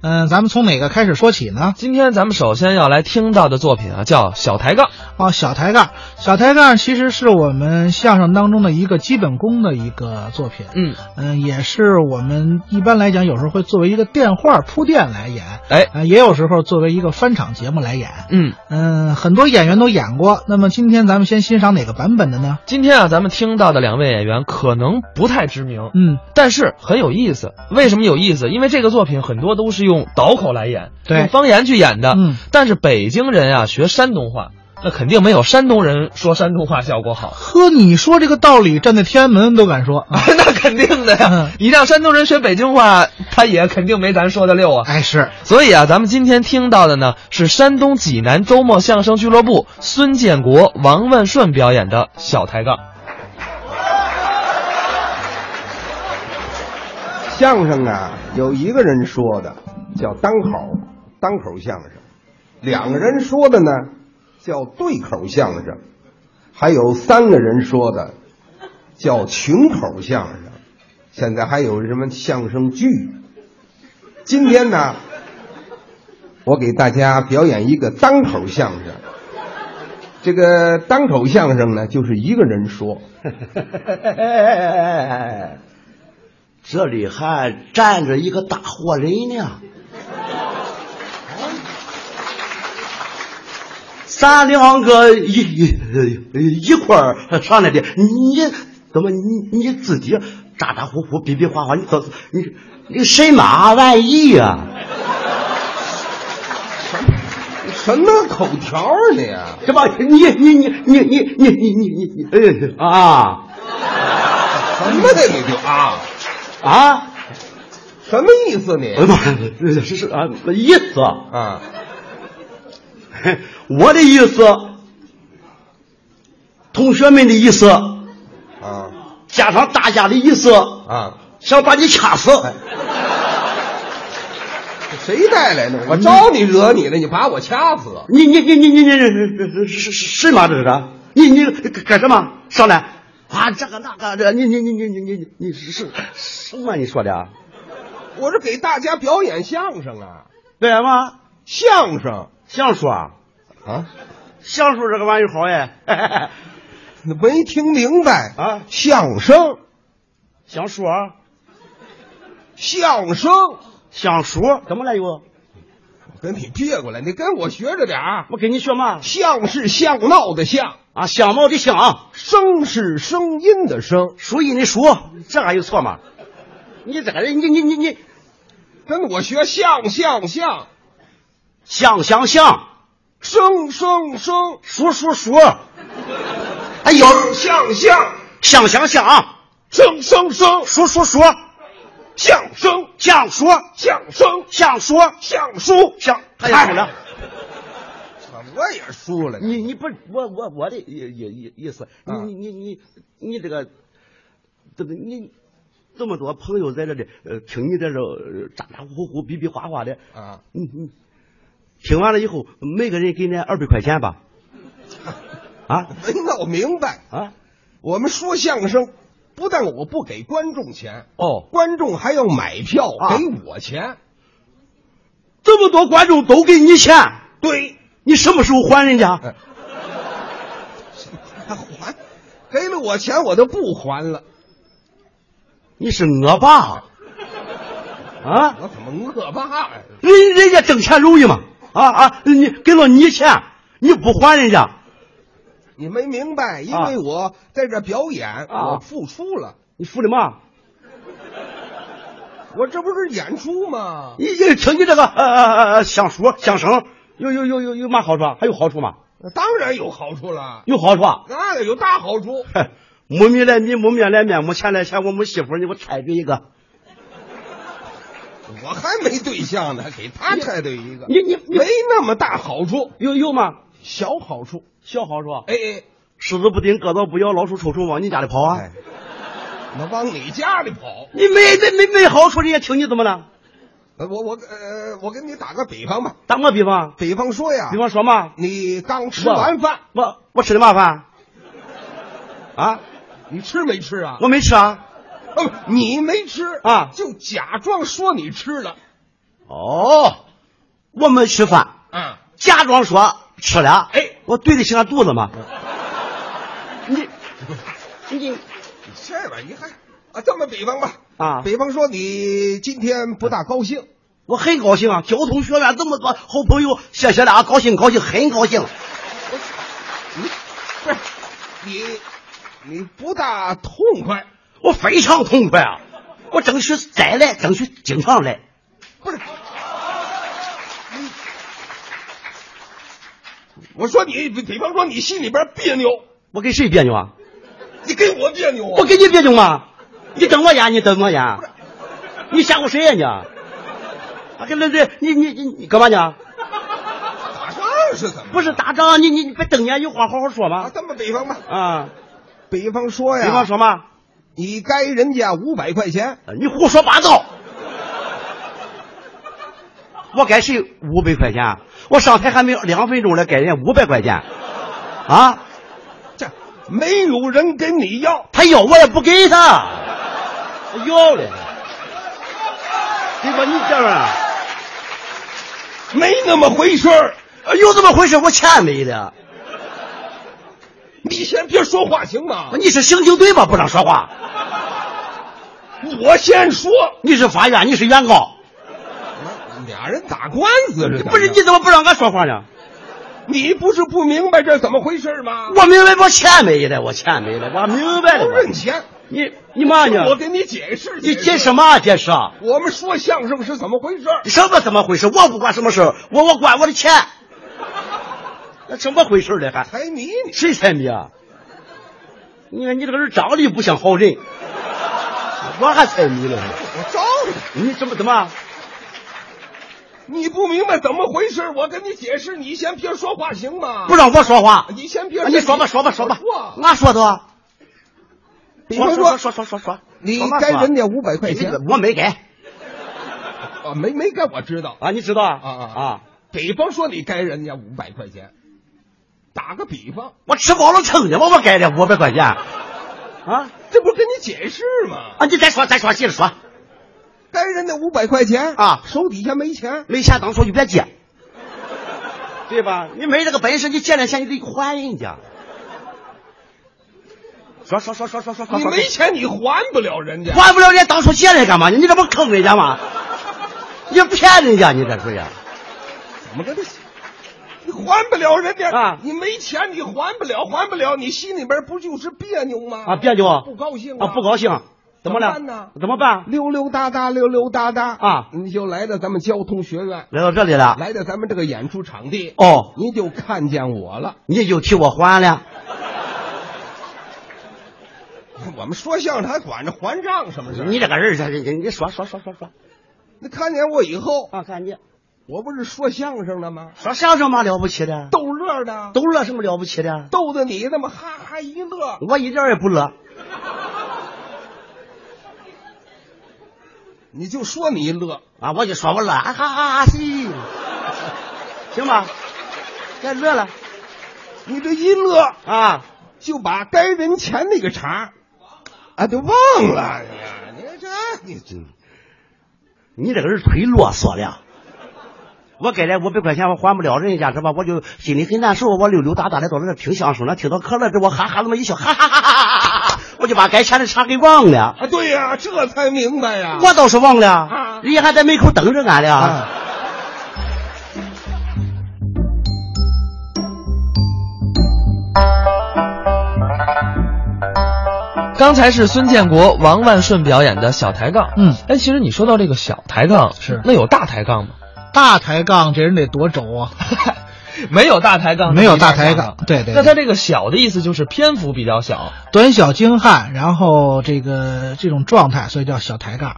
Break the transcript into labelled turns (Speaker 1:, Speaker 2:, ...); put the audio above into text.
Speaker 1: 嗯，咱们从哪个开始说起呢？
Speaker 2: 今天咱们首先要来听到的作品啊，叫《小抬杠》。
Speaker 1: 哦，小抬杠，小抬杠其实是我们相声当中的一个基本功的一个作品。
Speaker 2: 嗯，
Speaker 1: 嗯，也是我们一般来讲，有时候会作为一个电话铺垫来演，
Speaker 2: 哎，
Speaker 1: 呃，也有时候作为一个翻场节目来演。
Speaker 2: 嗯，
Speaker 1: 嗯，很多演员都演过。那么今天咱们先欣赏哪个版本的呢？
Speaker 2: 今天啊，咱们听到的两位演员可能不太知名，
Speaker 1: 嗯，
Speaker 2: 但是很有意思。为什么有意思？因为这个作品很多都是用倒口来演，
Speaker 1: 对
Speaker 2: 用方言去演的。
Speaker 1: 嗯，
Speaker 2: 但是北京人啊，学山东话，那肯定没有山东人说山东话效果 好。
Speaker 1: 呵，你说这个道理，站在天安门都敢说。啊
Speaker 2: 那肯定的呀
Speaker 1: 嗯，
Speaker 2: 你让山东人学北京话，他也肯定没咱说的溜啊。
Speaker 1: 哎，是，
Speaker 2: 所以啊，咱们今天听到的呢是山东济南周末相声俱乐部孙建国、王万顺表演的小抬杠。
Speaker 3: 相声啊，有一个人说的叫单口，单口相声；两个人说的呢叫对口相声，还有三个人说的叫群口相声。现在还有什么相声剧？今天呢，我给大家表演一个单口相声。这个单口相声呢，就是一个人说。
Speaker 4: 这里还站着一个大活人呢。咱两个一一一块儿上来的，你怎么你你自己咋咋呼呼、比比划划，你怎你你神马玩意呀、
Speaker 3: 什么口条啊你？
Speaker 4: 是吧？你你你你你你你你你，哎啊
Speaker 3: 什么这你就啊？
Speaker 4: 啊！
Speaker 3: 什么意思你？
Speaker 4: 呃不是是是啊，意思。
Speaker 3: 啊，
Speaker 4: 我的意思，同学们的意思，
Speaker 3: 啊
Speaker 4: 加上大家的意思，
Speaker 3: 啊！
Speaker 4: 想把你掐死。
Speaker 3: 这谁带来的？我招你惹你了？你把我掐死！
Speaker 4: 嗯你你你你你你你是是是吗？这是你你干什么？上来啊！这个那个这你你你你你你你是什么？你说
Speaker 1: 啊
Speaker 4: 的
Speaker 3: 我是给大家表演相声啊，
Speaker 4: 对吗？
Speaker 3: 相声
Speaker 4: 相叔啊，
Speaker 3: 啊，
Speaker 4: 相叔这个玩意儿好哎，
Speaker 3: 你没听明白
Speaker 4: 啊
Speaker 3: 相声，
Speaker 4: 相叔啊，
Speaker 3: 相声，
Speaker 4: 相叔怎么来哟？
Speaker 3: 我跟你别过来，你跟我学着点啊。
Speaker 4: 我跟你学嘛
Speaker 3: 相是相闹的相，
Speaker 4: 啊，相貌的相。
Speaker 3: 声是声音的声。
Speaker 4: 属于你属，这还有错吗？你这个人，你你你你，
Speaker 3: 跟我学相相相，
Speaker 4: 想想想，
Speaker 3: 声声声，
Speaker 4: 数数数，哎呦，
Speaker 3: 相相
Speaker 4: 想想想，
Speaker 3: 声声声，
Speaker 4: 数数数，
Speaker 3: 相声
Speaker 4: 想数
Speaker 3: 相声
Speaker 4: 想数
Speaker 3: 相书
Speaker 4: 想，哎
Speaker 3: 哎
Speaker 4: 呀，输了。
Speaker 3: 我也输了。
Speaker 4: 你你不是我我我的意意意思，你
Speaker 3: 啊
Speaker 4: 你你你你这个，这个你这么多朋友在这里，呃，听你在这呃咋咋呼呼、比比划划的，
Speaker 3: 啊，
Speaker 4: 嗯嗯，听完了以后，每个人给那二百块钱吧，啊
Speaker 3: 没闹哎明白。
Speaker 4: 啊，
Speaker 3: 我们说相声，不但我不给观众钱，
Speaker 2: 哦，
Speaker 3: 观众还要买票
Speaker 4: 啊
Speaker 3: 给我钱。
Speaker 4: 这么多观众都给你钱，
Speaker 3: 对，
Speaker 4: 你什么时候还人家？
Speaker 3: 哎他还给了我钱，我就不还了。
Speaker 4: 你是恶霸啊！
Speaker 3: 我怎么恶霸呀？
Speaker 4: 人人家挣钱容易吗？啊啊！你给了你钱，你不还人家，
Speaker 3: 你没明白，因
Speaker 4: 啊
Speaker 3: 为我在这表演，
Speaker 4: 啊
Speaker 3: 我付出了，
Speaker 4: 你服的嘛？
Speaker 3: 我这不是演出吗？
Speaker 4: 你你听你这个呃呃呃相说相声，有有有有有嘛好处啊？还有好处吗？
Speaker 3: 当然有好处了，
Speaker 4: 有好处啊！
Speaker 3: 那个有大好处。
Speaker 4: 哼母米来米，母面来面，母钱来钱，我母媳妇儿你给我揣着一个。
Speaker 3: 我还没对象呢，给他拆对一个，
Speaker 4: 你你你
Speaker 3: 没那么大好处，
Speaker 4: 有有吗？
Speaker 3: 小好处。
Speaker 4: 小好处啊，
Speaker 3: 哎哎。
Speaker 4: 狮子不叮，鸽子不咬，老鼠抽虫往你家里跑啊！
Speaker 3: 哎，我往你家里跑。
Speaker 4: 你没没没没好处，人家听你怎么了？
Speaker 3: 呃我我呃，我跟你打个比方吧，
Speaker 4: 打个比方，
Speaker 3: 比方说呀，
Speaker 4: 比方说嘛，
Speaker 3: 你刚吃完饭，
Speaker 4: 我我吃的嘛饭？啊，
Speaker 3: 你吃没吃啊？
Speaker 4: 我没吃啊，
Speaker 3: 哦，你没吃
Speaker 4: 啊
Speaker 3: 就假装说你吃了，
Speaker 4: 哦，我们吃饭，
Speaker 3: 啊
Speaker 1: 嗯，
Speaker 4: 假装说吃了，
Speaker 1: 哎，
Speaker 4: 我对得起俺肚子吗？你你
Speaker 3: 这玩意还啊，这么比方吧，
Speaker 4: 啊，
Speaker 3: 比方说你今天不大高兴，
Speaker 4: 我很高兴啊！交通学院这么多好朋友，谢谢大家，高兴高兴，很高兴。
Speaker 3: 不是你你不大痛快，
Speaker 4: 我非常痛快啊！我争取再来，争取经常来。
Speaker 3: 不是。你我说你，比比方说你心里边别扭，
Speaker 4: 我跟谁别扭啊？
Speaker 3: 你跟我别扭啊！
Speaker 4: 我跟你别扭吗？你瞪我眼，你瞪我眼，你吓唬谁呀、你？啊，跟对对，你你你你干嘛呢？
Speaker 3: 打仗是怎么着？
Speaker 4: 不是打仗，你你你别瞪眼，有话好好说
Speaker 3: 啊，
Speaker 4: 嘛。
Speaker 3: 这么比方吧，
Speaker 4: 啊，
Speaker 3: 比方说
Speaker 4: 比
Speaker 3: 呀，
Speaker 4: 方说嘛，
Speaker 3: 你该人家五百块钱，
Speaker 4: 呃你胡说八道。我给谁五百块钱？我上台还没有两分钟了，给人家五百块钱，啊？
Speaker 3: 这没有人跟你要，
Speaker 4: 他要我也不给他，我要了。对吧？你这样啊？
Speaker 3: 没那么回事儿。
Speaker 4: 啊有这么回事？我钱没了。
Speaker 3: 你先别说话行吗？
Speaker 4: 你是刑警队吗？不让说话。
Speaker 3: 我先说，
Speaker 4: 你是法院，你是原告，
Speaker 3: 俩人打官司是
Speaker 4: 不是你怎么不让俺说话呢？
Speaker 3: 你不是不明白这怎么回事吗？
Speaker 4: 我明白，我钱没了，我钱没了，我明白了。
Speaker 3: 不认钱，
Speaker 4: 你你嘛呢？
Speaker 3: 我给你解释。
Speaker 4: 你解释
Speaker 3: 么？
Speaker 4: 嘛解释？啊？
Speaker 3: 我们说相声是怎么回事儿？
Speaker 4: 什么怎么回事？我不管什么事儿我我管我的钱。那怎么回事呢？还
Speaker 3: 猜谜你
Speaker 4: 谁猜谜啊？你看你这个人长得不像好人，我还猜谜了？
Speaker 3: 我招你，
Speaker 4: 你怎么怎么？
Speaker 3: 你不明白怎么回事儿？我跟你解释，你先别说话行吗？
Speaker 4: 不让我说话？
Speaker 3: 哎你先别
Speaker 4: 啊你说吧，说吧，说吧
Speaker 3: 我说，
Speaker 4: 俺说的啊。
Speaker 3: 比方
Speaker 4: 说说说说说，
Speaker 3: 你
Speaker 4: 说嘛
Speaker 3: 该
Speaker 4: 说
Speaker 3: 人家五百块
Speaker 4: 你
Speaker 3: 钱
Speaker 4: 这，我没给
Speaker 3: 啊，没没给我知道。
Speaker 4: 啊，你知道啊
Speaker 3: 啊啊
Speaker 4: 啊！
Speaker 3: 比方说你该人家五百块钱，打个比方，
Speaker 4: 我吃饱了撑的，我我给了五百块钱啊
Speaker 3: 这不是跟你解释吗？
Speaker 4: 啊！你再说再说，接着说，
Speaker 3: 该人家五百块钱
Speaker 4: 啊
Speaker 3: 手底下没钱，
Speaker 4: 没钱当初就别借， 对吧？你没这个本事，你借了钱你得还人家。说说说说说说说，
Speaker 3: 你
Speaker 4: 说
Speaker 3: 没钱你还不了人家。
Speaker 4: 还不了人家当初借来干嘛呢？你这不坑人家 吗？你骗人家，你这是呀？
Speaker 3: 怎么跟他？你还不了人家
Speaker 4: 啊
Speaker 3: 你没钱，你还不了，还不了，你心里边不就是别扭吗？
Speaker 4: 啊，别扭啊
Speaker 3: 不高兴
Speaker 4: 啊，不高兴，怎么了？
Speaker 3: 怎么办呢
Speaker 4: 怎么办？
Speaker 3: 溜溜达达，溜溜达达
Speaker 4: 啊
Speaker 3: 你就来到咱们交通学院，
Speaker 4: 来到这里了，
Speaker 3: 来到咱们这个演出场地，
Speaker 4: 哦，
Speaker 3: 您就看见我了。
Speaker 4: 你就替我还了。
Speaker 3: 我们说相声还管着还账什么事儿？
Speaker 4: 你这个人儿，这这你说说说说说
Speaker 3: 你看见我以后，
Speaker 4: 啊！看你
Speaker 3: 我不是说相声的吗？
Speaker 4: 说相声嘛了不起的，
Speaker 3: 逗乐的，
Speaker 4: 都乐什么了不起的？
Speaker 3: 逗的你那么哈哈一乐。
Speaker 4: 我一点儿也不乐，
Speaker 3: 你就说你乐，
Speaker 4: 啊，我就说我乐，啊哈哈哈西，行吧？该乐了
Speaker 3: 你这一乐
Speaker 4: 啊！
Speaker 3: 就把该人钱那个茬啊，就忘了你。你这你这
Speaker 4: 你这个人忒啰嗦了。我给了五百块钱，我还不了人家是吧？我就心里很难受，我溜溜达达的到那听相声呢，听到可乐，这我哈哈那么一笑，哈哈哈哈哈哈！我就把该钱的茬给忘了。
Speaker 3: 啊，对呀、这才明白呀、
Speaker 4: 我倒是忘了，
Speaker 3: 啊
Speaker 4: 人家还在门口等着俺呢。
Speaker 3: 啊
Speaker 2: 刚才是孙建国、王万顺表演的小抬杠。
Speaker 1: 嗯
Speaker 2: 哎，其实你说到这个小抬杠，
Speaker 1: 是
Speaker 2: 那有大抬杠吗？
Speaker 1: 大抬杠这人得多轴啊！
Speaker 2: 没有大抬杠，
Speaker 1: 没有大
Speaker 2: 这是一
Speaker 1: 抬
Speaker 2: 半
Speaker 1: 杠对对
Speaker 2: 那
Speaker 1: 对
Speaker 2: 他这个小的意思就是篇幅比较小。
Speaker 1: 短小精悍，然后这个这种状态，所以叫小抬杠。